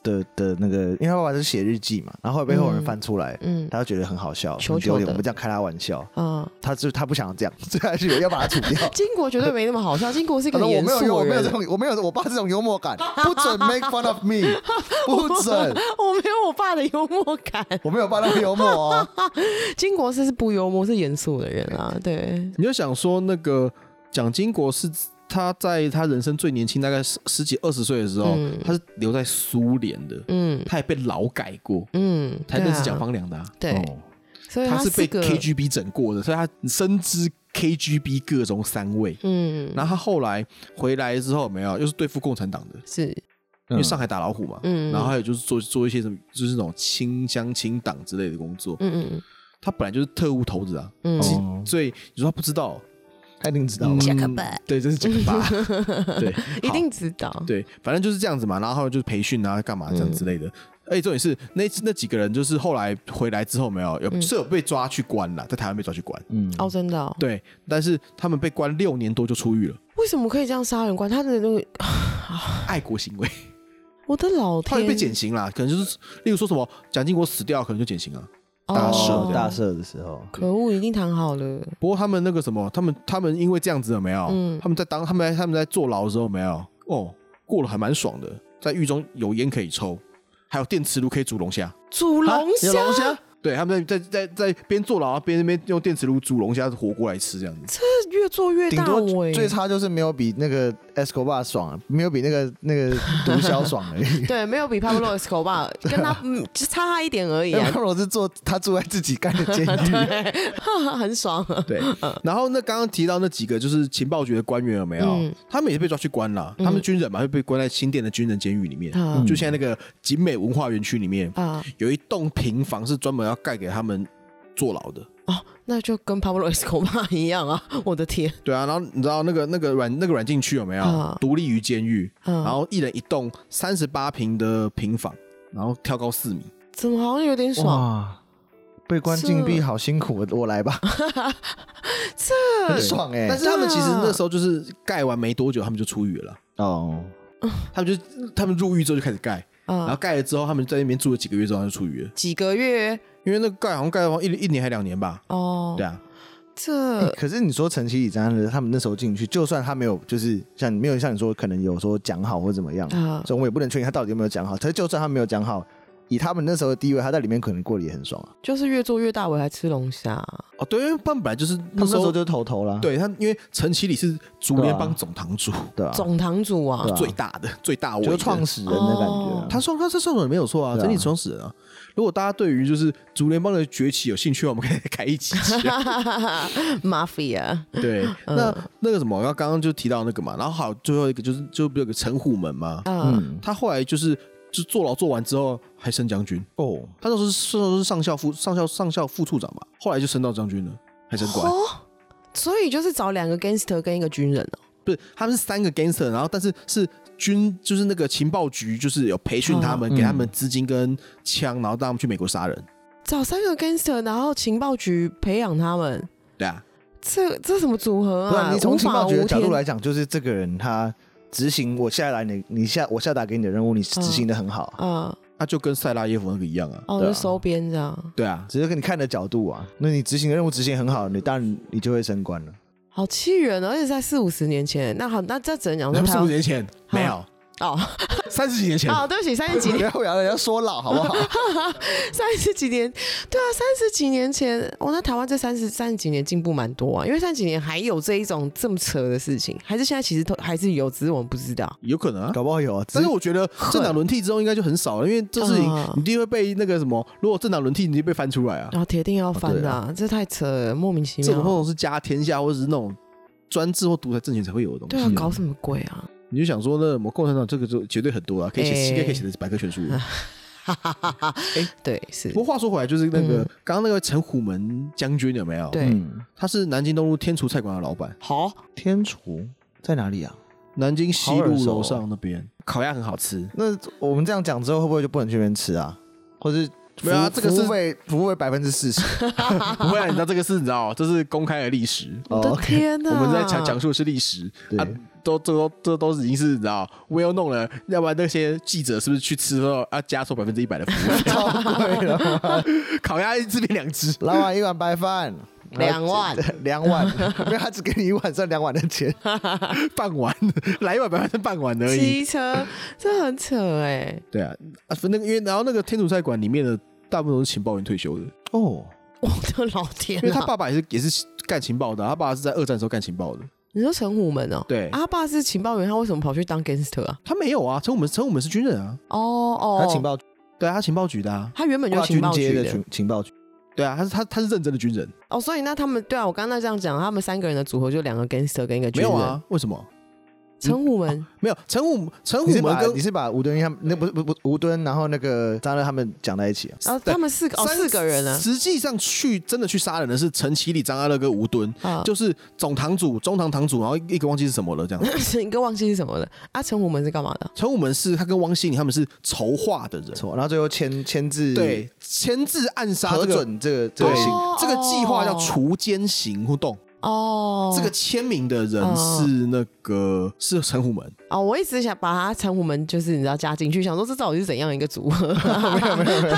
S1: 的的那个，因为他爸爸是写日记嘛，然后后来被后人翻出来，
S3: 嗯
S1: 他就觉得很好笑，
S3: 糗
S1: 很丢
S3: 糗
S1: 脸，
S3: 的
S1: 我们这样开他玩笑，
S3: 啊，。
S1: 他就他不想这样， *laughs* 所以他就要把他除掉
S3: *laughs* 金国绝对没那么好笑，金国是一
S1: 他
S3: 个
S1: *laughs* 说：“
S3: 很
S1: 我
S3: 严
S1: 没有，我
S3: 肃的
S1: 没有
S3: 人
S1: 这。种，我没有，我爸这种幽默感， *laughs* 不准 make fun of me，不
S3: *laughs*
S1: 准，
S3: *laughs* 我没有我爸的幽默感，
S1: 我没有爸那么幽默哦。
S3: 金国是是不幽默，是严肃的人啊。对，
S2: 你就想说那个蒋经国是他在他人生最年轻，大概十十几二十岁的时候，
S3: 嗯
S2: 他是留在苏联的，
S3: 嗯
S2: 他也被劳改过，
S3: 嗯，
S2: 他
S3: 对
S2: 认识
S3: 啊
S2: 蒋方良的啊、
S3: *laughs* 对，
S1: 哦
S3: 所以
S2: 他是被
S3: 个
S2: KGB 整过的，所以他深知 KGB 各中三位。
S3: 嗯，
S2: 然后他后来回来之后，有没有又是对付共产党的，
S3: 是
S2: 因为上
S1: 海
S2: 海打老虎嘛。
S3: 嗯，
S2: 然后还有就是做做一些什么，就是那种清乡清党之类的工作。
S3: 嗯嗯
S2: 他本来就是特务头子啊，
S3: 嗯
S1: 其
S3: 嗯，
S1: 哦
S2: 所以你说他不知道，
S1: 他一定知道吧
S2: 嗯？
S3: 贾克伯
S2: 对，这是假吧？
S3: *laughs*
S2: 对，
S3: 一
S2: 好
S3: 定知道，
S2: 对，反正就是这样子嘛。然后就是培训啊，干嘛
S3: 嗯
S2: 这样之类的。而且重点是，那那几个人就是后来回来之后，没有有
S3: 嗯
S2: 是有被抓去关了，在台湾被抓去关。
S1: 嗯，
S3: 哦，真的哦，
S2: 对，但是他们被关六年多就出狱了，
S3: 为什么可以这样杀人？关他的那个，
S2: 爱国行为，
S3: 我的老
S2: 后来
S3: 天，
S2: 被减刑啦，可能就是例如说什么蒋经国死掉，可能就减刑啊。
S1: 大
S3: 哦
S1: 赦大，赦的时候，
S3: 可恶，一定谈好
S1: 啊
S3: 了，
S2: 不过他们那个什么，他们他们因为这样子有没有？
S3: 嗯
S2: 他们在当他们在他们在坐牢的时候有没有？哦，过了还蛮爽的，在狱中有烟可以抽，还有电磁炉可以煮龙虾。
S3: 煮龙
S1: 啊有
S3: 虾，
S1: 龙虾，
S2: 对，他们在在在在边坐牢边那边用电磁炉煮龙虾活过来吃这样子。
S3: *laughs* 这越做越
S1: 顶
S3: 大欸
S1: 多
S3: 尾，。
S1: 最差就是没有比那个 Escobar 爽，没有比那个那个毒枭爽而已
S3: 对，没有比 Pablo Escobar 跟
S1: *laughs*
S3: 他嗯就差他一点而已
S1: 因为 *laughs*
S3: 啊，
S1: 克哎罗是坐他住在自己盖的监狱，
S3: 很爽，啊
S2: 对，然后那刚刚提到那几个就是情报局的官员有没有？
S3: 嗯
S2: 他们也是被抓去关了，他们军人嘛，会被关在新店的军人监狱里面，
S3: 啊
S1: 嗯
S2: 就现在那个景美文化园区里面
S3: 啊
S2: 有一栋平房是专门要盖给他们坐牢的。
S3: 哦，那就跟 Pablo Escobar 一样啊，我的天，
S2: 对啊，然后你知道那个那个软那个软禁区有没有
S1: 嗯
S3: 啊
S2: 独立于监狱？然
S3: 嗯，
S2: 后一人一栋三十八平的平房，然后跳高四米，
S3: 怎么好像有点爽？
S1: 哇，被关禁闭
S3: 这
S1: 好辛苦，我我来吧，这很爽哎、
S2: 但是他们其实那时候就是盖完没多久，他们就出狱了。
S1: 哦，
S2: 他们就他们入狱之后就开始盖，
S1: 嗯
S2: 然后
S3: 啊，
S2: 盖了之后，他们在那边住了几个月之后他就出狱了，
S3: 几个月
S2: 因为那个盖好像盖了一一年还两年吧。
S3: 哦
S2: 对，啊，
S1: 欸
S3: 这
S1: 可是你说陈其礼这样的，他们那时候进去，就算他没有，就是像你没有像你说，可能有说讲好或怎么样，
S3: 啊
S1: 所以我们也不能确定他到底有没有讲好。可是就算他没有讲好，以他们那时候的地位，他在里面可能过得也很爽啊。
S3: 就是越做越大尾，还吃龙虾，
S2: 哦对，因为他们本来就是
S1: 他们
S2: 那
S1: 那
S2: 时
S1: 时
S2: 候
S1: 候就是头头啦，
S2: 对他，因为陈其礼是竹联帮
S1: 对啊
S2: 总堂主，
S1: 对啊，
S3: 总堂主啊 *laughs*
S1: 对，啊
S2: 最大的最大位
S1: 就
S2: 的
S1: 是创始人的感觉啊、
S3: 哦
S2: 他创他是创始人没有错啊，
S1: 对啊
S2: 整体创始人啊。如果大家对于就是竹联帮的崛起有兴趣的话，我们可以开一集
S1: *laughs*
S2: 讲。
S3: mafia，
S2: 对，
S1: 嗯
S2: 那那个什么，然后刚刚就提到那个嘛，然后好最后一个就是就不是有个陈虎门嘛，
S3: 嗯，
S1: 嗯，
S2: 他后来就是就坐牢做完之后还升将军，
S1: 哦，
S2: 他那时候是那时候是上校副上校上校副处长吧，后来就升到将军了，还升官。
S3: 哦，所以就是找两个 gangster 跟一个军人哦，
S2: 不是，他们是三个 gangster，然后但是是军就是那个情报局就是有培训他们，
S1: 嗯
S2: 给他们资金跟枪，然后让他们去美国杀人。
S3: 找三个 gangster，然后情报局培养他们，
S2: 对啊，
S3: 这这什么组合
S1: 不
S3: 啊？
S1: 然你从
S3: 无
S1: 情
S3: 法
S1: 报局的
S3: 无
S1: 角度
S3: 天
S1: 来讲，就是这个人他执行我下来你你下我下达给你的任务，你执行的很好啊，
S3: 啊，
S2: 那就跟塞拉耶夫那个一样啊。
S3: 哦，
S1: 对啊
S3: 就收编这样，
S2: 对啊，
S1: 只是跟你看的角度啊。那你执行的任务执行很好，你当然你就会升官了。
S3: 好气人哦！而且在四五十年前，那好，那这只能讲
S2: 他
S3: 说
S2: 们四
S3: 他
S2: 五年前没有，
S3: 哦
S2: 三十几年前。
S3: 哦，对不起，三十几
S1: 不 *laughs*
S3: 年，
S1: 要不要，人家说老好不好？
S3: 三十几年，对啊，三十几年前，哦，那台湾这三十三十几年进步蛮多啊，因为三十几年还有这一种这么扯的事情，还是现在其实都还是有，只是我们不知道。
S2: 有可能啊。
S1: 搞不好有啊，只
S2: 但
S1: 是
S2: 是我觉得政党轮替之后应该就很少了，因为这事情
S3: 啊
S2: 你一定会被那个什么，如果政党轮替，你就被翻出来啊。
S3: 然后铁定要翻
S1: 哦对
S3: 的、
S1: 啊
S3: 这太扯了，莫名其
S2: 这种那
S3: 妙。
S2: 种是家天下或者是那种专制或独裁政权才会有的东
S3: 对
S2: 西、
S3: 啊，搞什么鬼啊？
S2: 你就想说那什么共产党这个就绝对很多啊，可以写
S3: 哎
S2: 应该可以写的百科全书。
S3: 哈哈哈哈！对，是
S2: 不过话说回来，就是那个
S3: 嗯
S2: 刚刚那个陈虎门将军有没有？
S3: 对
S1: 嗯，
S2: 他是南京东路天厨菜馆的老板，
S3: 好
S1: 天厨在哪里啊？
S2: 南京西
S1: 好耳
S2: 路
S1: 熟哦
S2: 楼上那边烤鸭很好吃。
S1: 那我们这样讲之后，会不会就不能去那边吃啊？或是
S2: 没有啊
S1: 服
S2: 这个是
S1: 服务费服务费百分之四十。
S2: 不会啊，你知道这个是你知道，这是公开的历史。
S1: 哦
S3: 我的啊天哪、
S2: 哦我们在讲讲述的是历史
S1: 对
S2: 啊，都这都这都已经是你知道 well 弄了，要不然那些记者是不是去吃之后要加收百分之一百的服务费？
S1: *laughs* 超贵了吗，
S2: 烤鸭一只变两只，
S1: 老板一碗白饭
S3: 两万，
S1: *laughs* 两碗，因为他只给你一碗算两碗的钱。
S2: 半碗来一碗百分之半碗而已。
S3: 骑车，这很扯哎、
S2: 对啊，啊那个因为然后那个天主菜馆里面的大部分都是情报员退休的，
S1: 哦，
S3: 我的老天、
S2: 因为
S3: 啊！
S2: 他爸爸也是也是干情报的啊，他爸爸是在二战的时候干情报的。
S3: 你说陈虎门哦、
S2: 对
S3: 啊他爸是情报员，他为什么跑去当 gangster 啊？
S2: 他没有啊，陈武门陈武门是军人啊，
S3: 哦哦，
S1: 他情报
S2: 对啊，他情报局的啊。
S3: 他原本就
S1: 挂
S3: 情
S1: 军
S3: 报
S1: 阶
S3: 局
S1: 的情情报局，
S2: 对啊，他是他他是认真的军人，
S3: 哦，所以那他们对啊，我刚刚那这样讲，他们三个人的组合就两个 gangster 跟一个
S2: 没
S3: 军人。
S2: 有啊？哦为什么？
S3: 陈武门、
S2: 没有陈武陈武
S1: 你是
S2: 门
S1: 把
S2: 跟
S1: 你是把吴敦义他们那不是不不吴敦，然后那个张乐他们讲在一起啊？
S3: 啊，他们四个哦
S2: 三
S3: 四个人啊，
S2: 实际上去真的去杀人的是陈其礼、张阿乐跟吴敦，
S3: 啊，
S2: 就是总堂主、中堂堂主，然后一个忘记是什么了，这样。
S3: *coughs* 一个忘记是什么了。啊，陈武门是干嘛的？
S2: 陈武门是他跟汪希宁他们是筹划的人，
S1: 错，然后最后签签字
S2: 对，签字暗杀
S1: 核
S2: 这个
S1: 准这个这
S2: 对
S1: 个行
S3: 哦
S2: 这个计划叫除奸行动，
S3: 哦，
S2: 这个签名的人是那个是陈虎门，
S3: 哦，我一直想把他陈武门就是你知道加进去，想说这到底是怎样一个组合？没有没有没有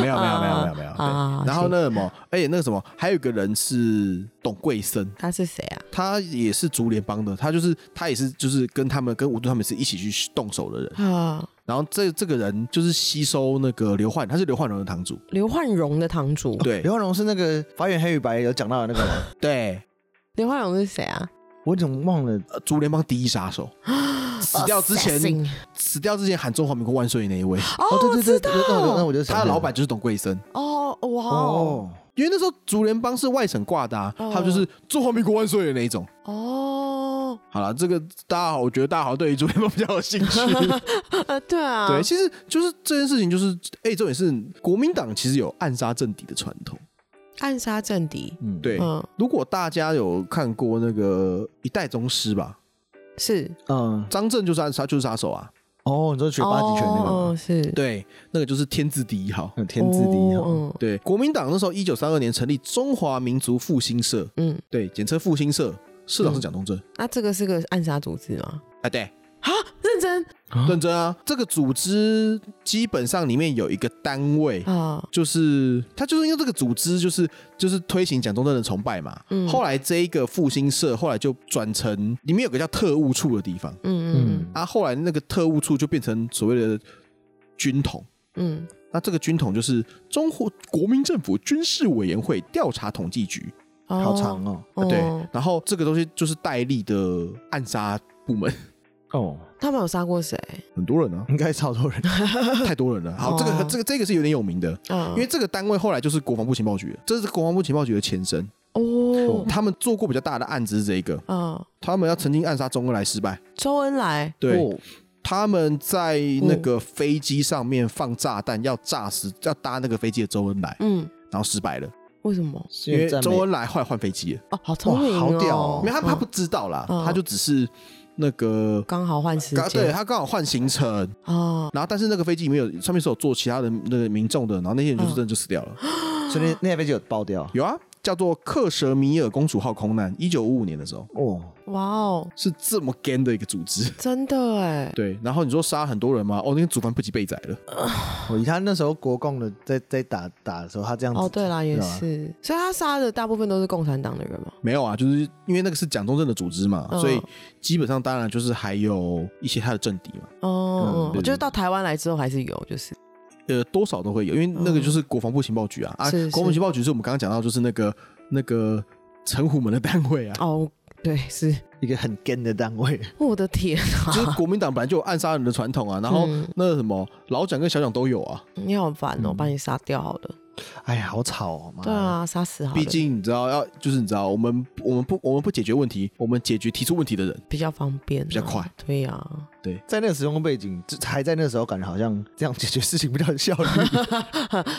S2: 没有没有没有没有没有。对
S3: 啊，
S2: 然后
S3: 行？
S2: 那什么，而且那个什么，还有一个人是董桂生，
S3: 他是谁啊？
S2: 他也是竹联帮的，他就是他也是就是跟他们跟吴敦他们是一起去动手的人。
S3: 啊，
S2: 然后这这个人就是吸收那个刘焕，他是刘焕荣的堂主，
S3: 刘焕荣的堂主。
S2: 对
S1: 刘汉荣是那个《法眼黑与白》有讲到的那个吗？
S2: 对，
S3: 刘焕荣是谁啊？
S1: 我怎么忘了？
S2: 呃竹联帮第一杀手，死掉之前哦
S3: Assassin
S2: 死掉之前喊中华民国万岁那一位，
S1: 哦，
S3: 哦，
S1: 对
S3: 我
S1: 对
S3: 知
S1: 对，
S3: 道
S1: 对那我那我就想
S2: 他的
S1: 起来
S2: 老板就是董桂生，
S3: 哦，哇哦
S1: 哦，
S2: 因为那时候竹联帮是外省挂的、啊，
S3: 哦
S2: 他们就是中华民国万岁的那一种。
S3: 哦，
S2: 好了，这个大家好，我觉得大家好像对于竹联帮比较有兴趣。
S3: 呃，对啊，
S2: 对，其实就是这件事情，就是哎，重点是国民党其实有暗杀政敌的传统。
S3: 暗杀政敌，
S1: 嗯，
S2: 对，
S3: 嗯，
S2: 如果大家有看过那个《一代宗师》吧，
S3: 是
S1: 嗯，
S2: 张震就是暗杀就是杀手啊，
S1: 哦，你说学八极拳那个
S3: 哦
S1: 吗，
S3: 是
S2: 对，那个就是天字第一号。
S1: 嗯，天字第一号，
S3: 哦
S2: 对，国民党那时候一九三二年成立中华民族复兴社，
S3: 嗯嗯，
S2: 对，简称复兴社，社长是蒋中正。
S3: 那这个是个暗杀组织吗？
S2: 嗯啊，对，
S3: 啊，认真
S2: 认真啊！这个组织基本上里面有一个单位，
S3: 啊，
S2: 就是他就是因为这个组织就是就是推行蒋中正的崇拜嘛。
S3: 嗯
S2: 后来这一个复兴社后来就转成里面有个叫特务处的地方，
S3: 嗯嗯
S2: 啊，后来那个特务处就变成所谓的军统。
S3: 嗯
S2: 那这个军统就是中华国民政府军事委员会调查统计局，
S3: 嗯，
S1: 好长哦，
S3: 哦
S2: 对
S3: 哦。
S2: 然后这个东西就是戴笠的暗杀部门，
S1: 哦，
S3: 他们有杀过谁？
S2: *laughs* 很多人啊，
S1: 应该超多人，
S2: *laughs* 太多人了。好，这个
S3: 哦
S2: 这个这个是有点有名的，
S3: 啊，
S2: 因为这个单位后来就是国防部情报局了，这是国防部情报局的前身。
S3: 哦
S2: 他们做过比较大的案子是这一个，
S3: 啊，
S2: 他们要曾经暗杀周恩来失败。
S3: 周恩来
S2: 对，
S1: 哦
S2: 他们在那
S3: 哦
S2: 个飞机上面放炸弹，要炸死要搭那个飞机的周恩来，
S3: 嗯，
S2: 然后失败了，
S3: 为什么？
S1: 是
S2: 因为
S1: 在美
S2: 周恩来后来换飞机了，
S3: 哦，好聪明哦，
S1: 哇好屌哦
S2: 因为他他
S3: 嗯
S2: 不知道啦，
S3: 嗯
S2: 他就只是那个。
S3: 刚好换时
S2: 刚对
S3: 间
S2: 他刚好换行程，
S3: 哦，
S2: 然后但是那个飞机里面有上面是有坐其他的那个民众的，然后那些人就是
S3: 嗯
S2: 真的就死掉了。
S1: 所以那那台飞机有爆掉，
S2: 有啊，叫做克什米尔公主号空难，一九五五年的时候
S1: 哦，
S3: 哇哦，
S2: 是这么 gan 的一个组织。
S3: 真的哎，
S2: 对，然后你说杀很多人吗？哦，那个祖凡不及被宰了。
S1: 我以哦他那时候国共的在在打打的时候，他这样子，
S3: 哦，对啦，也
S1: 对啊
S3: 是，所以他杀的大部分都是共产党的人嘛，
S2: 没有啊，就是因为那个是蒋中正的组织嘛，
S3: 嗯
S2: 所以基本上当然就是还有一些他的政敌嘛，
S3: 哦，
S2: 嗯
S3: 我
S2: 对
S3: 觉得到台湾来之后还是有，就是
S2: 呃，多少都会有，因为那个就是国防部情报局啊，啊，
S3: 嗯是是
S2: 国防部情报局是我们刚刚讲到就是那个那个陈虎门的单位啊，
S3: 哦，对，是 *laughs*
S1: 一个很 g 的单位，
S3: 我的天啊，
S2: 就是国民党本来就有暗杀人的传统啊，然后
S3: 嗯
S2: 那什么老蒋跟小蒋都有啊，
S3: 你好烦哦，
S1: 嗯
S3: 把你杀掉好了，
S1: 哎呀，好吵哦，妈的
S3: 对，啊，杀死好了，
S2: 毕竟你知道要就是你知道我们我们不我们不解决问题，我们解决提出问题的人，
S3: 比较方便，啊
S2: 比较快，
S3: 对呀， *laughs*
S1: 在那个时空背景，就还在那个时候，感觉好像这样解决事情比较有
S3: *laughs*
S1: 效率，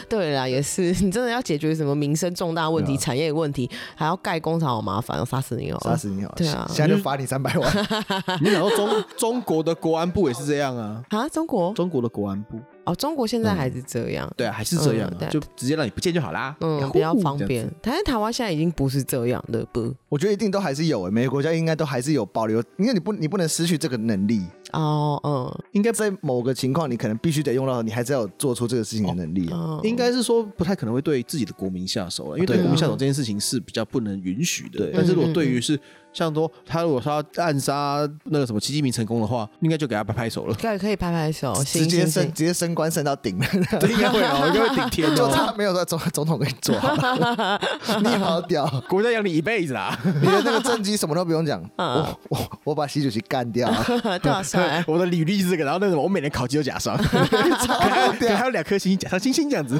S3: 对啦，也是， *laughs* 你真的要解决什么民生重大问题、
S1: 对啊
S3: 产业问题，还要盖工厂，好麻烦，要杀死你哦，
S1: 杀死你好了，
S3: 对啊
S1: 现在就罚你三百万， *laughs*
S2: 没想到中中国的国安部也是这样啊，
S3: 啊，中国
S2: 中国的国安部
S3: 哦，中国现在
S1: 嗯
S3: 还是这样，
S2: 对啊，还是这样
S3: 嗯对
S2: 啊，
S3: 啊
S2: 就直接让你不见就好啦，
S3: 嗯，
S2: 呀
S3: 比较
S2: 呼
S3: 方
S2: 这样
S3: 便
S2: 子，
S3: 但是台湾现在已经不是这样的不
S1: 我觉得一定都还是有诶，欸每个国家应该都还是有保留，因为你不你不能失去这个能力，
S3: 哦，嗯
S1: 应该在某个情况你可能必须得用到，你还是要有做出这个事情的能力啊。
S3: 嗯，
S2: 应该是说不太可能会对自己的国民下手了，因为
S1: 对
S2: 对
S1: 啊
S2: 国民下手这件事情是比较不能允许的。
S1: 对
S2: 但是如
S3: 嗯嗯
S2: 果
S3: 嗯，
S2: 对于是像说他如果说他暗杀那个什么习近平成功的话，应该就给他拍拍手了
S3: 可以可以拍拍手，
S1: 直
S3: 行
S1: 接
S3: 行
S1: 升
S3: 行，
S1: 直接升官升到顶了，
S2: *laughs* 对，应该会哦，应该会顶
S1: *laughs*
S2: 天
S1: 就
S2: 哦。
S1: 差没有说总总统给你做好了， *laughs* 你好屌，
S2: 国家养你一辈子啊啦，。
S1: *laughs* 你的那个政绩什么都不用讲，
S3: 嗯
S1: 我我我把习主席干掉，
S3: *laughs* 对啊，
S2: *laughs*
S3: 帅
S1: *laughs*
S2: 我的履历是这个，然后那什么，我每年考级都假
S3: *laughs*
S2: 上，可还有可还有两颗星星假上星星这样子，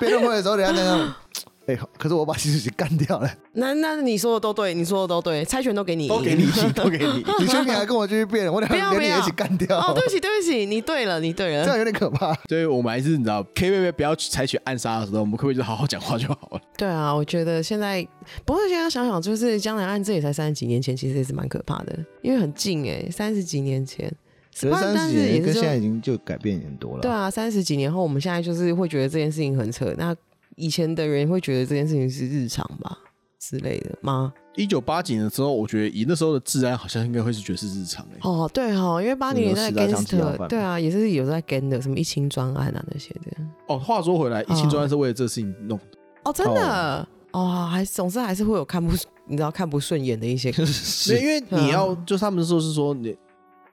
S1: 辩论会的时候人家在那种， *laughs* 哎、可是我把习主席干掉
S3: *laughs*
S1: 了，
S3: 那那你说的都对，你说的都对，猜拳都给你赢，
S2: 都给你星，都给你。 *laughs*
S1: 你确定还跟我继续辩论？我
S3: 不要
S1: 俩
S3: 不
S1: *laughs* 连你
S3: 要
S1: 也一起干掉，
S3: 哦，对不起对不起，你对了你对
S1: *laughs* 这
S3: 了
S1: 样，有点可怕。
S2: 所以我们还是你知道，K 妹妹不要去采取暗杀的时候，我们可不可以就好好讲话就好了？
S3: 对啊，我觉得现在不过现在想想，就是江南岸这也才三十几年前，其实也是蛮可怕的，因为很近哎、三十几年前，
S1: 可是
S3: 但
S1: 三 *laughs*
S3: 但
S1: 十
S3: 是
S1: 几
S3: 也
S1: 年
S3: 是
S1: 跟
S3: 说
S1: 现在已经就改变很多了。 *laughs*
S3: 对啊，三十几年后，我们现在就是会觉得这件事情很扯。那以前的人会觉得这件事情是日常吧之类的吗？
S2: 一九八几年的时候，我觉得以那时候的治安，好像应该会是觉得是日常哎、
S3: 哦，对哦，因为八零
S1: 有
S3: 年代
S1: 四大枪击案
S3: gangster，
S1: 犯
S3: 对啊，也是有在 gang 的，什么一清专案啊那些的。
S2: 哦，话说回来，一清专案是为了这事情弄的，
S3: 哦，真的哦，还总是还是会有看不你知道看不顺眼的一些。
S2: 是因为你要就是他们说是说你。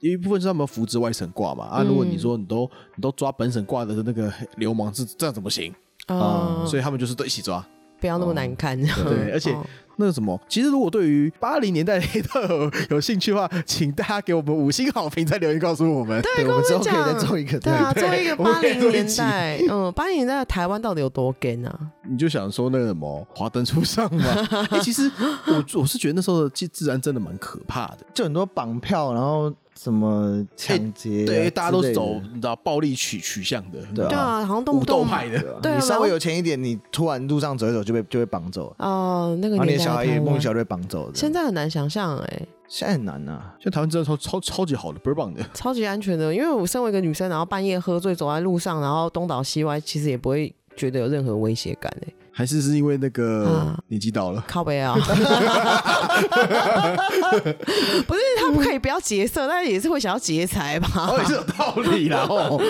S2: 有一部分是他们扶植外省挂嘛啊！如果你说你都你都抓本省挂的那个流氓，这这样怎么行？
S3: 哦，
S2: 所以他们就是都一起抓。
S3: 不要那么难看。
S2: 对而且
S3: 哦
S2: 那个什么，其实如果对于八零年代的黑道有有兴趣的话， *laughs* 请大家给我们五星好评，再留言告诉我们。
S1: 对，
S3: 跟
S1: 我们
S3: 我
S1: 之
S3: 们
S1: 后可以再
S3: 讲
S1: 做一个
S3: 对啊，作为一个
S2: 我们
S3: 八
S2: 可以
S3: 零
S2: 录一
S3: 年
S2: 集
S3: 代，嗯，八零年代的台湾到底有多 gang 啊？
S2: 你就想说那个什么华灯初上 *laughs* 嘛？哎、其实我我是觉得那时候的治治安真的蛮可怕的。
S1: 就很多绑票，然后什么抢劫、啊
S2: 对，因为大家都
S1: 之类
S2: 是
S1: 的
S2: 走你知道暴力取取向的，
S1: 对
S3: 对啊，好像动
S2: 武
S3: 不
S2: 斗
S3: 动
S2: 派的。
S1: 啊
S3: 对啊
S1: 你
S3: 然
S1: 稍
S3: 后
S1: 微有钱一点，你突然路上走一走就被就被绑走了，
S3: 哦，那个
S1: 然后你
S3: 年
S1: 的啊
S3: 代
S1: 小孩
S3: 的
S1: 也
S3: 台湾
S1: 梦小就被绑走了。
S3: 现在很难想象哎、
S1: 现在很难啊呐、
S2: 像台湾真的超超超级好的，倍儿棒的。
S3: 超级安全的。因为我身为一个女生，然后半夜喝醉走在路上，然后东倒西歪，其实也不会觉得有任何威胁感哎、
S2: 还是是因为那个
S3: 啊
S2: 年纪到了，
S3: 靠背
S2: *laughs*
S3: 啊，不是他不可以不要劫色，但是也是会想要劫财
S2: *laughs*
S3: 吧？
S2: 哦，也是有道理啦。 *laughs* 哦，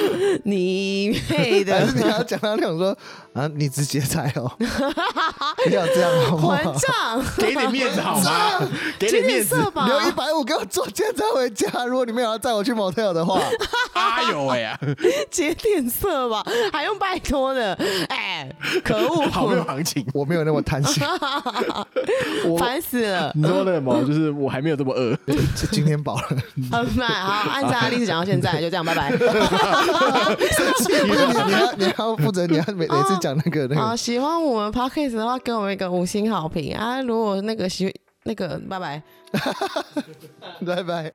S3: 你妹
S1: 但
S2: 哎
S3: 的
S1: 是！你要讲到那种说啊，你直接猜 *laughs* 哦，你想这样好不
S3: 还
S1: 好？
S3: 账，
S2: 给点面子好吗？给
S3: 给
S2: 点
S3: 点
S2: 面子。
S3: 色吧！
S1: 留一百五给我做检查回家，如果你们有要载我去 motel 的 *laughs* 话，
S2: 哎呦喂 *laughs* 呀，
S3: 节点色吧，还用拜托的？哎、可恶！
S2: 好没有行情。
S1: 我没有那么贪 *laughs* 心，
S2: 我
S3: 烦死了！
S2: *laughs* 你说那个嘛，就是我还没有这么饿。
S1: 是今天饱了，
S3: 很慢，好，按照历史讲到现在，就这样，拜
S2: *laughs*
S3: 拜。 *laughs*
S1: 不是 *laughs* 你你 *laughs* 要啊你要负责，你要每每次讲那个那
S3: 好，
S1: 个，
S3: 喜欢我们 podcast 的话，给我们一个五星好评啊！如果那个喜那个，拜拜。
S1: *laughs* 拜拜。